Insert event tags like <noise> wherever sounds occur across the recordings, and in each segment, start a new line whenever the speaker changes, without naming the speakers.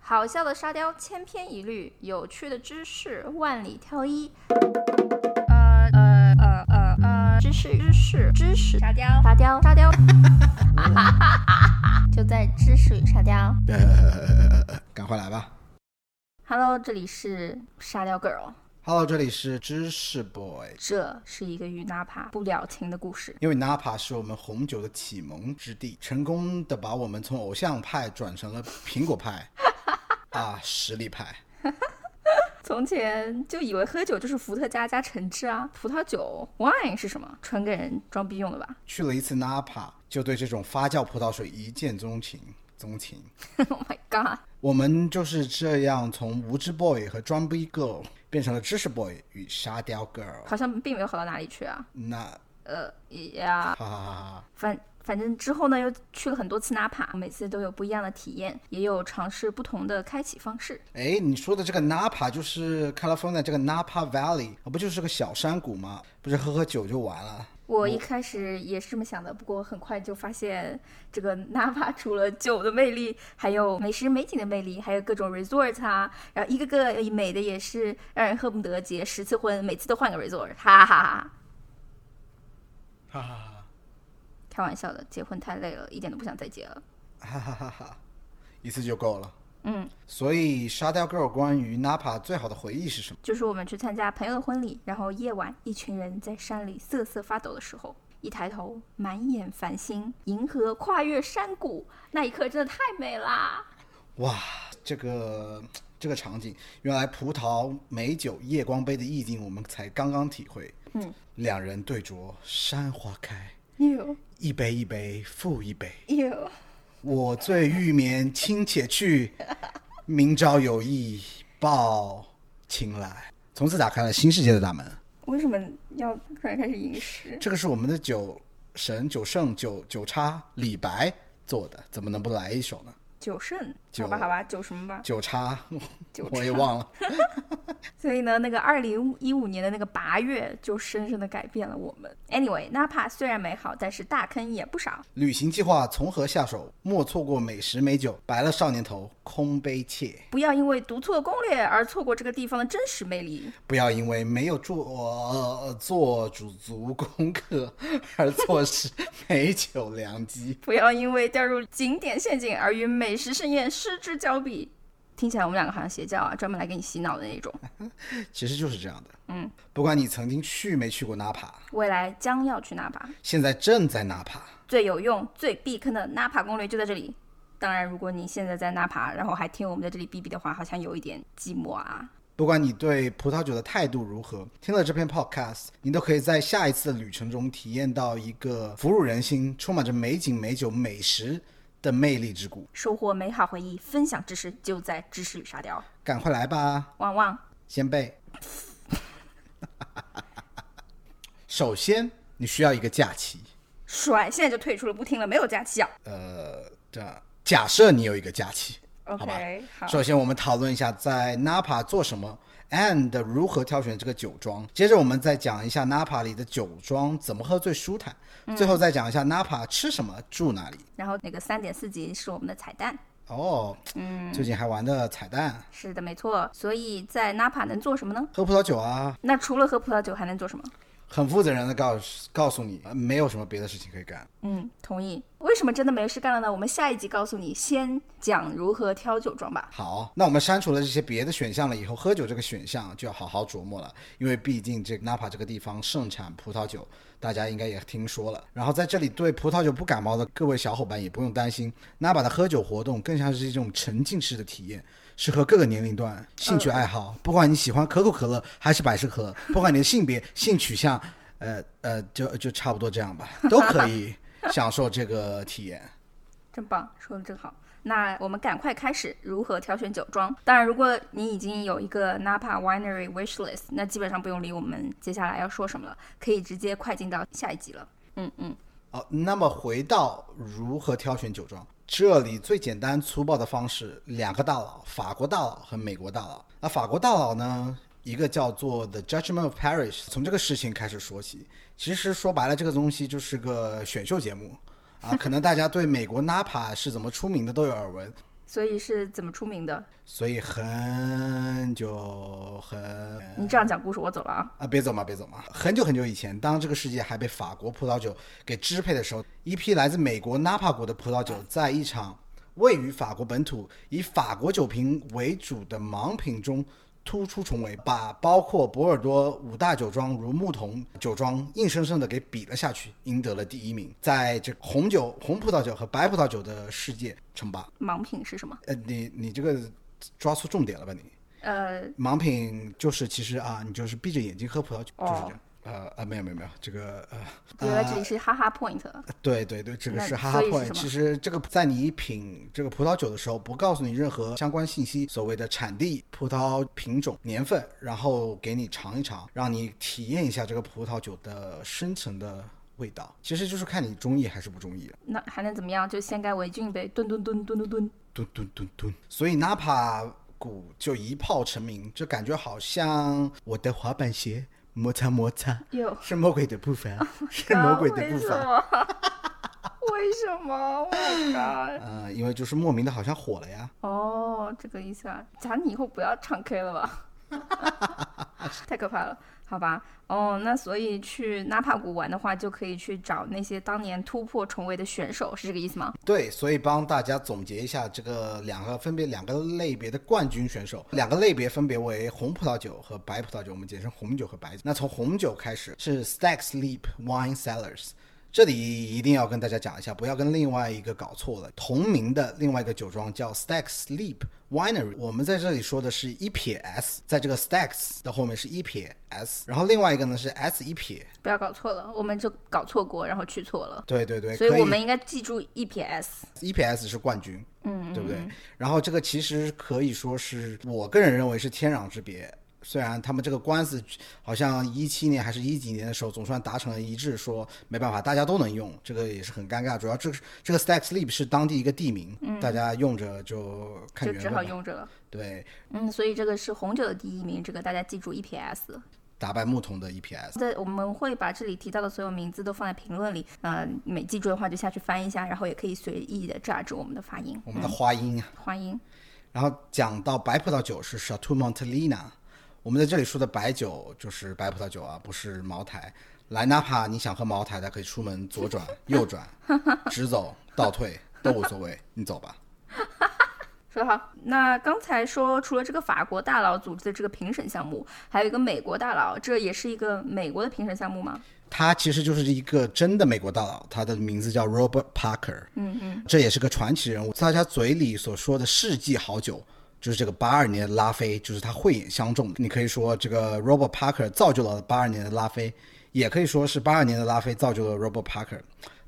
好笑的沙雕千篇一律，有趣的知识万里挑一。呃呃呃呃呃，知识知识知识
沙雕
沙雕沙雕， <laughs> 就在知识与沙雕。
呃， <laughs> 赶快来吧。
Hello，这里是沙雕 girl，
Hello，这里是知识 boy，
这是一个与纳帕不了情的故事。
因为 Napa 是我们红酒的启蒙之地，成功的把我们从偶像派转成了苹果派 <laughs> 啊，实力派。
从前就以为喝酒就是伏特加加橙汁啊，葡萄酒 wine 是什么？纯给人装逼用的吧 <laughs>
去了一次 Napa，就对这种发酵葡萄水一见钟情，钟情。
？Oh my god！
我们就是这样从无知 boy 和装逼 girl 变成了知识 boy 与沙雕 girl。
好像并没有好到哪里去啊。
那
呃呀，
哈哈哈哈，
反反正之后呢，又去了很多次纳帕，每次都有不一样的体验，也有尝试不同的开启方式。
哎，你说的这个 Napa 就是 California 这个 Napa Valley，不就是个小山谷吗？不是喝喝酒就完了？
我一开始也是这么想的，不过很快就发现，这个纳帕除了酒的魅力，还有美食美景的魅力，还有各种 resort 啊，然后一个个美的也是让人恨不得结十次婚，每次都换个 resort，哈哈哈哈。
哈哈
开玩笑的，结婚太累了，一点都不想再结了。
哈哈哈哈，一次就够了。
嗯，
所以沙雕 girl 关于 Napa 最好的回忆是什么？
就是我们去参加朋友的婚礼，然后夜晚一群人在山里瑟瑟发抖的时候，一抬头，满眼繁星，银河跨越山谷，那一刻真的太美啦！
哇，这个这个场景，原来葡萄美酒夜光杯的意境，我们才刚刚体会。
嗯，
两人对酌，山花开，
<laughs> 哟
一杯一杯复一杯。
哟，
我醉欲眠，卿且去，明朝有意报秦来。从此打开了新世界的大门。
为什么要突然开始吟诗？
这个是我们的酒神、酒圣、酒酒叉李白做的，怎么能不来一首呢？
酒圣，
酒
好吧好吧，酒什么 <laughs> 吧？
酒叉，
酒
我也
叉
忘了。
所以呢，那个二零一五年的那个八月，就深深的改变了我们。Anyway，纳帕虽然美好，但是大坑也不少。
旅行计划从何下手？莫错过美食美酒，白了少年头，空悲切。
不要因为读错攻略而错过这个地方的真实魅力。
不要因为没有做、呃、做足足功课而错失美酒良机。
<laughs> 不要因为掉入景点陷阱而与美食盛宴失之交臂。听起来我们两个好像邪教啊，专门来给你洗脑的那种。
其实就是这样的。
嗯，
不管你曾经去没去过纳帕，
未来将要去纳帕，
现在正在纳帕。
最有用、最避坑的纳帕攻略就在这里。当然，如果你现在在纳帕，然后还听我们在这里哔哔的话，好像有一点寂寞啊。
不管你对葡萄酒的态度如何，听了这篇 podcast，你都可以在下一次的旅程中体验到一个俘虏人心、充满着美景、美酒、美食的魅力之谷。
收获美好回忆，分享知识，就在知识与沙雕。
赶快来吧，
旺旺，
先辈。 <laughs> 首先，你需要一个假期。
甩，现在就退出了，不听了，没有假期啊。
呃，这样假设你有一个假期，好吧
OK，好，
首先，我们讨论一下在 Napa 做什么，and 如何挑选这个酒庄。接着，我们再讲一下 Napa 里的酒庄怎么喝最舒坦。最后再讲一下 Napa 吃什么，住哪里。
然后那个三点四级是我们的彩蛋。
哦，嗯，最近还玩的彩蛋，
是的，没错。所以在纳帕能做什么呢？
喝葡萄酒啊，
那除了喝葡萄酒还能做什么？
很负责任的告诉告诉你，呃没有什么别的事情可以干。
嗯，同意。为什么真的没事干了呢？我们下一集告诉你，先讲如何挑酒庄吧。
好，那我们删除了这些别的选项了以后，喝酒这个选项就要好好琢磨了，因为毕竟这 Napa 这个地方盛产葡萄酒，大家应该也听说了。然后在这里对葡萄酒不感冒的各位小伙伴也不用担心，Napa 的喝酒活动更像是一种沉浸式的体验，适合各个年龄段、兴趣爱好，不管你喜欢可口可乐还是百事可乐，不管你的性别、性取向，呃呃，就就差不多这样吧，都可以享受这个体验。
真棒，说的真好。那我们赶快开始如何挑选酒庄。当然，如果你已经有一个 Napa Winery wish list，那基本上不用理我们接下来要说什么了，可以直接快进到下一集了。嗯嗯，
好，那么回到如何挑选酒庄，这里最简单粗暴的方式，两个大佬，法国大佬和美国大佬。那法国大佬呢，一个叫做 The Judgment of Paris，从这个事情开始说起。其实说白了，这个东西就是个选秀节目啊，可能大家对美国 Napa 是怎么出名的都有耳闻。
所以是怎么出名的？
所以很久很
你这样讲故事，我走了啊。
啊，别走嘛，别走嘛！很久很久以前，当这个世界还被法国葡萄酒给支配的时候，一批来自美国纳帕国的葡萄酒，在一场位于法国本土、以法国酒瓶为主的盲品中突出重围，把包括波尔多五大酒庄如牧童酒庄硬生生的给比了下去，赢得了第一名，在这红酒、红葡萄酒和白葡萄酒的世界称霸。
盲品是什么？
呃，你你这个抓错重点了吧你？
呃，
盲品就是其实啊，你就是闭着眼睛喝葡萄酒，就是这
哦
样。呃呃，没有没有没有，这个呃，
原来这里是哈哈 point，、
对对对，这个
那
是哈哈
所以是
point。
什么
其实这个在你品这个葡萄酒的时候，不告诉你任何相关信息，所谓的产地、葡萄品种、年份，然后给你尝一尝，让你体验一下这个葡萄酒的深层的味道。其实就是看你中意还是不中意。啊
那还能怎么样？就先干为敬呗，蹲蹲蹲蹲蹲蹲。
吨吨吨吨。所以纳帕谷就一炮成名，这感觉好像我的滑板鞋摩擦摩擦，
哟，
是魔鬼的步伐，是魔鬼的步
啊为什
伐。
么？ <laughs> 为什么？？Oh 我
<laughs>
靠！
呃，因为就是莫名的好像火了呀。
哦，这个意思啊，咱你以后不要唱 K 了吧，太可怕了，好吧？哦，那所以去纳帕谷玩的话，就可以去找那些当年突破重围的选手，是这个意思吗？
对，所以帮大家总结一下这个两个分别两个类别的冠军选手，两个类别分别为红葡萄酒和白葡萄酒，我们简称红酒和白酒。那从红酒开始是 Stacks Leap Wine Cellars。这里一定要跟大家讲一下，不要跟另外一个搞错了。同名的另外一个酒庄叫 Stacks Leap Winery，我们在这里说的是一撇 s，在这个 Stacks 的后面是一撇 s，然后另外一个呢是 s 一撇。
不要搞错了，我们就搞错过，然后去错了，
对对对，
所以
可以
我们应该记住 EPS。
EPS ，E 是冠军，嗯，对不对？然后这个其实可以说是我个人认为是天壤之别。虽然他们这个官司好像一七年还是一几年的时候，总算达成了一致，说没办法，大家都能用，这个也是很尴尬。主要这个这个 Stack Sleep 是当地一个地名，大家用着就看
嗯就
缘
只
分
好
吧。
用着了，
对，
嗯，所以这个是红酒的第一名，这个大家记住 EPS。
打败牧童的 E EPS。
在我们会把这里提到的所有名字都放在评论里，呃，每记住的话就下去翻一下，然后也可以随意的榨汁我们的发音，
我们的花音啊，
欢迎。
然后讲到白葡萄酒是 Chateau Montelina，我们在这里说的白酒就是白葡萄酒啊，不是茅台。来纳帕，你想喝茅台的可以出门左转、右转、直走、倒退都无所谓，你走吧。
说得好，那刚才说除了这个法国大佬组织的这个评审项目，还有一个美国大佬，这也是一个美国的评审项目吗？
他其实就是一个真的美国大佬，他的名字叫 Robert Parker，嗯嗯，这也是个传奇人物。大家嘴里所说的世纪好酒，就是这个八二年的拉菲，就是他慧眼相中的。你可以说这个 Robert Parker 造就了八二年的拉菲，也可以说是八二年的拉菲造就了 Robert Parker。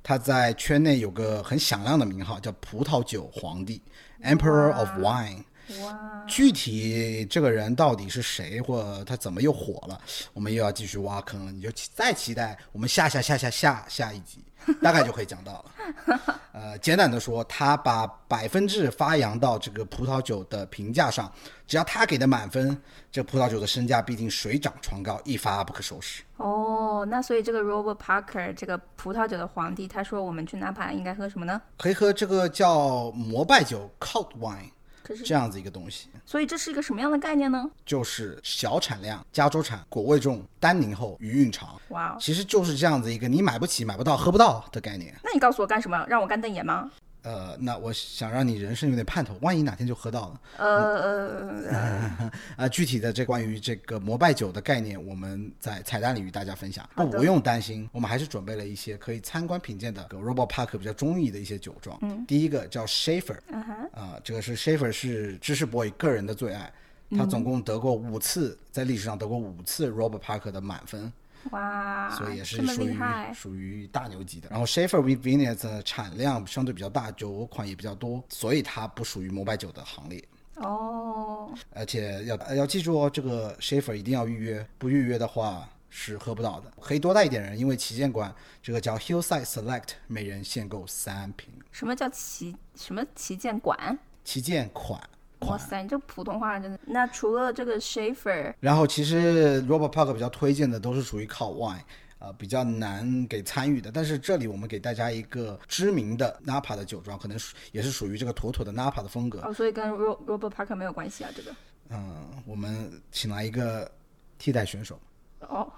他在圈内有个很响亮的名号，叫葡萄酒皇帝 （Emperor of Wine）。
哇，
具体这个人到底是谁，或他怎么又火了，我们又要继续挖坑了。你就期再期待我们下下下下下下一集，大概就可以讲到了。呃，简短的说，他把百分制发扬到这个葡萄酒的评价上，只要他给的满分，这葡萄酒的身价必定水涨船高，一发不可收拾。
哦，那所以这个 Robert Parker 这个葡萄酒的皇帝，他说我们去纳帕应该喝什么呢？
可以喝这个叫膜拜酒 （cult wine）
这是，
这样子一个东西。
所以这是一个什么样的概念呢？
就是小产量、加州产、果味重、单宁厚、余韵长，
哇哦，
其实就是这样子一个你买不起、买不到、喝不到的概念。
那你告诉我干什么？让我干瞪眼吗？
呃，那我想让你人生有点盼头，万一哪天就喝到了。
呃呃，呃
啊，具体的这关于这个膜拜酒的概念，我们在彩蛋里与大家分享。
好
不，
的
不用担心，我们还是准备了一些可以参观品鉴的给 Robot Park 比较中意的一些酒庄。嗯，第一个叫 Schaefer，啊、
嗯
这个是 Schaefer 是知识 boy 个人的最爱，他总共得过五次，在历史上得过五次 Robot Park 的满分。
哇，
所以也是
啊这么
属
厉
于
害，
属于大牛级的。然后 Schaefer v i n e t 产量相对比较大，酒款也比较多，所以它不属于膜拜酒的行列。
哦，
而且要呃要记住哦，这个 Schaefer 一定要预约，不预约的话是喝不到的。可以多带一点人，因为旗舰馆这个叫 Hillside Select，每人限购三瓶。
什么叫旗什么旗舰馆？
旗舰款
哇塞，你这普通话真的。那除了这个 Schaefer，
然后其实 Robert Park 比较推荐的都是属于靠 wine，呃比较难给参与的。但是这里我们给大家一个知名的 Napa 的酒庄，可能属也是属于这个妥妥的 Napa 的风格。
哦，所以跟 Ro Robert Parker 没有关系啊，这个
嗯，我们请来一个替代选手，
哦，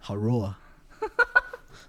好弱啊！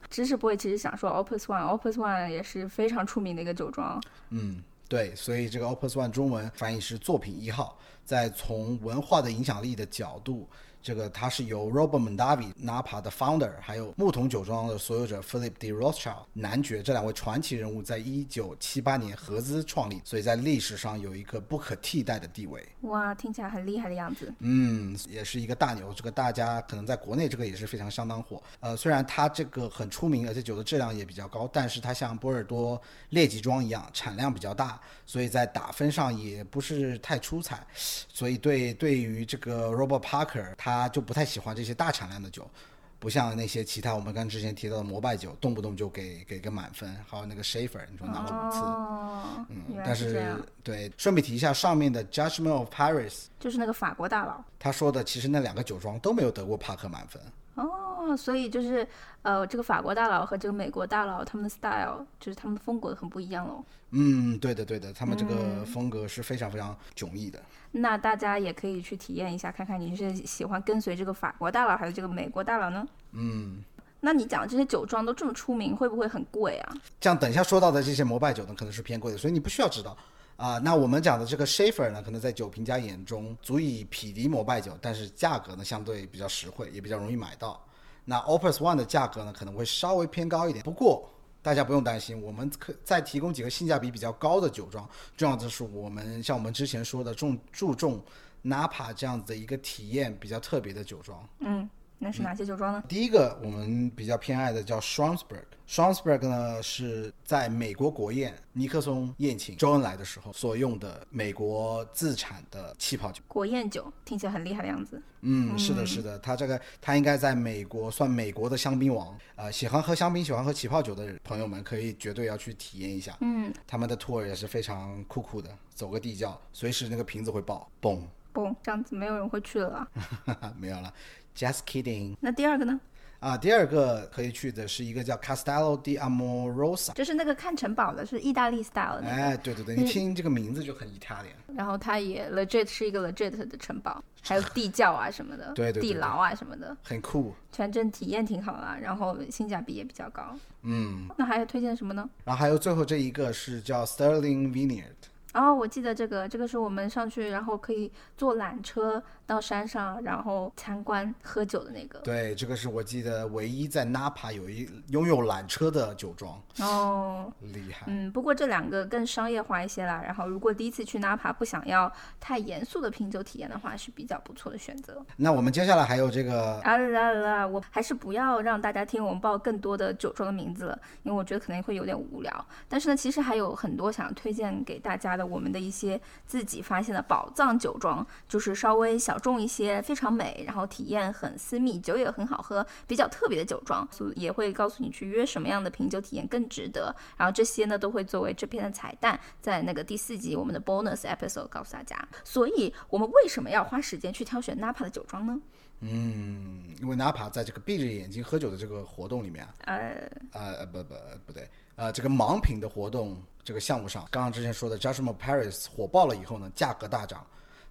知识不会，其实想说 Opus One，Opus One 也是非常出名的一个酒庄，
嗯，对，所以这个 Opus One 中文翻译是作品一号。在从文化的影响力的角度，这个它是由 Robert Mondavi Napa 的 founder，还有牧童酒庄的所有者 Philip D. Rothschild 男爵这两位传奇人物在一九七八年合资创立，所以在历史上有一个不可替代的地位。
哇，听起来很厉害的样子。
嗯，也是一个大牛，这个大家可能在国内这个也是非常相当火。呃，虽然它这个很出名，而且酒的质量也比较高，但是它像波尔多列级庄一样，产量比较大，所以在打分上也不是太出彩。所以对对于这个 Robert Parker，他就不太喜欢这些大产量的酒。不像那些其他我们刚之前提到的摩拜酒，动不动就给给个满分，还有那个 Schaefer，你说拿了五次，
哦，
嗯
原，来
但
是这样，
对，顺便提一下上面的 Judgment of Paris，
就是那个法国大佬。
他说的，其实那两个酒庄都没有得过帕克满分。
哦，所以就是呃，这个法国大佬和这个美国大佬他们的 style 就是他们的风格很不一样喽。
嗯，对的，对的，他们这个风格是非常非常迥异的。
那大家也可以去体验一下，看看你是喜欢跟随这个法国大佬还是这个美国大佬呢？
嗯，
那你讲这些酒庄都这么出名，会不会很贵啊？
这样等一下说到的这些摩拜酒呢，可能是偏贵的，所以你不需要知道啊、那我们讲的这个 Schaefer 呢，可能在酒评家眼中足以匹敌摩拜酒，但是价格呢相对比较实惠，也比较容易买到。那 Opus One 的价格呢可能会稍微偏高一点，不过大家不用担心，我们可再提供几个性价比比较高的酒庄。重要的是，我们像我们之前说的重注重 Napa 这样子的一个体验比较特别的酒庄。
嗯，那是哪些酒庄呢？
第一个我们比较偏爱的叫 Schramsberg。Schramsberg 呢是在美国国宴尼克松宴请周恩来的时候所用的美国自产的气泡酒。
国宴酒听起来很厉害的样子。
嗯，是的，是的，他这个他应该在美国算美国的香槟王。呃，喜欢喝香槟、喜欢喝起泡酒的人朋友们，可以绝对要去体验一下。
嗯，
他们的 tour 也是非常酷酷的，走个地窖，随时那个瓶子会爆，嘣， <laughs>
嘣，这样子没有人会去了啊。
哈哈，没有了，just kidding。
那第二个呢？
啊，第二个可以去的是一个叫 Castello di Amorosa。
就是那个看城堡的，是意大利 style 的嗯那个。
哎，对对对，你听这个名字就很 Italian。
然后它也 legit 是一个 legit 的城堡，还有地窖啊什么的，
对对对
地
对
牢啊什么的，
很酷，
全镇体验挺好啦，然后性价比也比较高。
嗯，
那还有推荐什么呢？
然后还有最后这一个是叫 Sterling Vineyard，
哦，我记得这个，这个是我们上去，然后可以坐缆车到山上，然后参观喝酒的那个。
对，这个是我记得唯一在 Napa 有一拥有缆车的酒庄，
哦，
厉害。
嗯，不过这两个更商业化一些啦。然后，如果第一次去 Napa 不想要太严肃的品酒体验的话，是比较不错的选择。哦
那我们接下来还有这个，
啊啦啦！我还是不要让大家听我们报更多的酒庄的名字了，因为我觉得可能会有点无聊。但是呢，其实还有很多想推荐给大家的，我们的一些自己发现的宝藏酒庄，就是稍微小众一些，非常美，然后体验很私密，酒也很好喝，比较特别的酒庄，所以也会告诉你去约什么样的品酒体验更值得。然后这些呢，都会作为这篇的彩蛋，在那个第四集我们的 bonus episode 告诉大家。所以我们为什么要花时间去挑选 Napa 的酒庄呢？
嗯，因为 Napa 在这个闭着眼睛喝酒的这个活动里面啊，
呃。
呃，不不不对，呃，这个盲品的活动这个项目上，刚刚之前说的 j u d g m e n Paris 火爆了以后呢，价格大涨，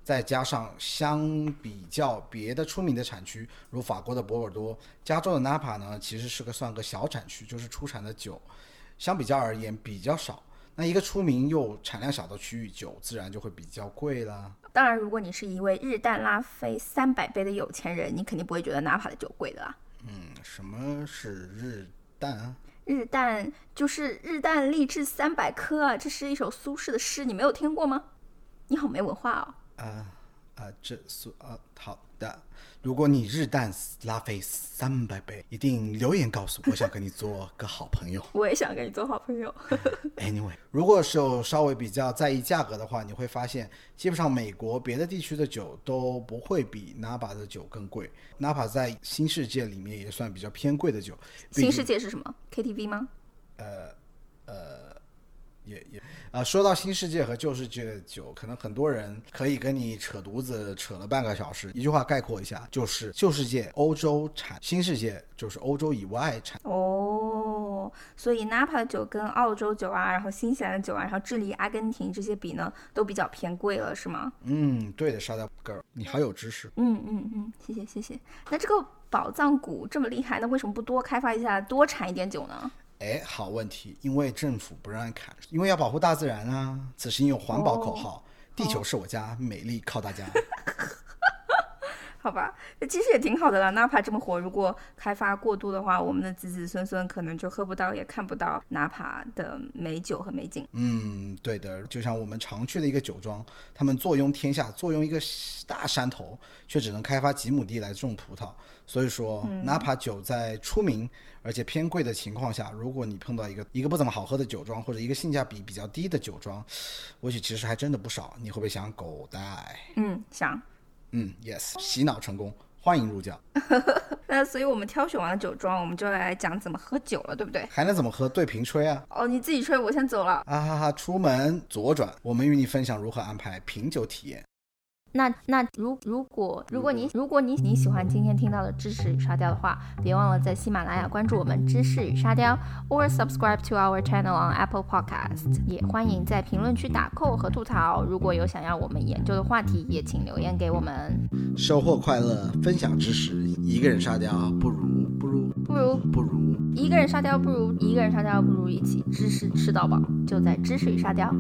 再加上相比较别的出名的产区，如法国的博尔多、加州的 Napa 呢，其实是个算个小产区，就是出产的酒相比较而言比较少。那一个出名又产量小的区域，酒自然就会比较贵啦。
当然，如果你是一位日啖拉菲三百杯的有钱人，你肯定不会觉得 Napa 的酒贵的啦。啊
嗯，什么是日啖啊？
日啖就是日啖荔枝三百颗啊，这是一首苏轼的诗，你没有听过吗？你好没文化哦。
啊啊，这苏啊，好的。如果你日啖拉菲三百倍，一定留言告诉我，我想跟你做个好朋友。
我也想跟你做好朋 <laughs> 友。
Anyway，如果是有稍微比较在意价格的话，你会发现，基本上美国别的地区的酒都不会比 Napa 的酒更贵。Napa 在新世界里面也算比较偏贵的酒，
新
毕竟
世界是什么？KTV 吗？
呃也也啊，说到新世界和旧世界的酒，可能很多人可以跟你扯犊子扯了半个小时，一句话概括一下，就是旧世界欧洲产，新世界就是欧洲以外产。
哦，所以 Napa 的酒跟澳洲酒啊，然后新西兰的酒啊，然后智利、阿根廷这些比呢，都比较偏贵了，是吗？
嗯，对的，沙雕 girl，你好有知识。
嗯嗯嗯，谢谢谢谢。那这个宝藏谷这么厉害，那为什么不多开发一下，多产一点酒呢？
哎，好问题，因为政府不让砍，因为要保护大自然啊。此时应用环保口号：地球是我家，美丽靠大家。
好吧，那其实也挺好的啦。纳帕这么火，如果开发过度的话，我们的子子孙孙可能就喝不到，也看不到纳帕的美酒和美景。
嗯，对的，就像我们常去的一个酒庄，他们坐拥天下，坐拥一个大山头，却只能开发几亩地来种葡萄。所以说，哪怕酒在出名而且偏贵的情况下，如果你碰到一个一个不怎么好喝的酒庄，或者一个性价比比较低的酒庄，或许其实还真的不少。你会不会想狗带？
嗯，想。
嗯，yes，洗脑成功，欢迎入教。
那所以我们挑选完了酒庄，我们就来讲怎么喝酒了，对不对？
还能怎么喝？对瓶吹啊！
哦，你自己吹，我先走了。
啊哈哈！出门左转，我们与你分享如何安排品酒体验。
那那如如果如果你如果你你喜欢今天听到的知识与沙雕的话，别忘了在喜马拉雅关注我们知识与沙雕，or subscribe to our channel on Apple Podcast。也欢迎在评论区打扣和吐槽，如果有想要我们研究的话题，也请留言给我们。
收获快乐，分享知识，一个人沙雕不如不如
不如
不如。
一个人沙雕，不如一个人嗯沙雕，不如一起知识吃到饱，就在知识与沙雕。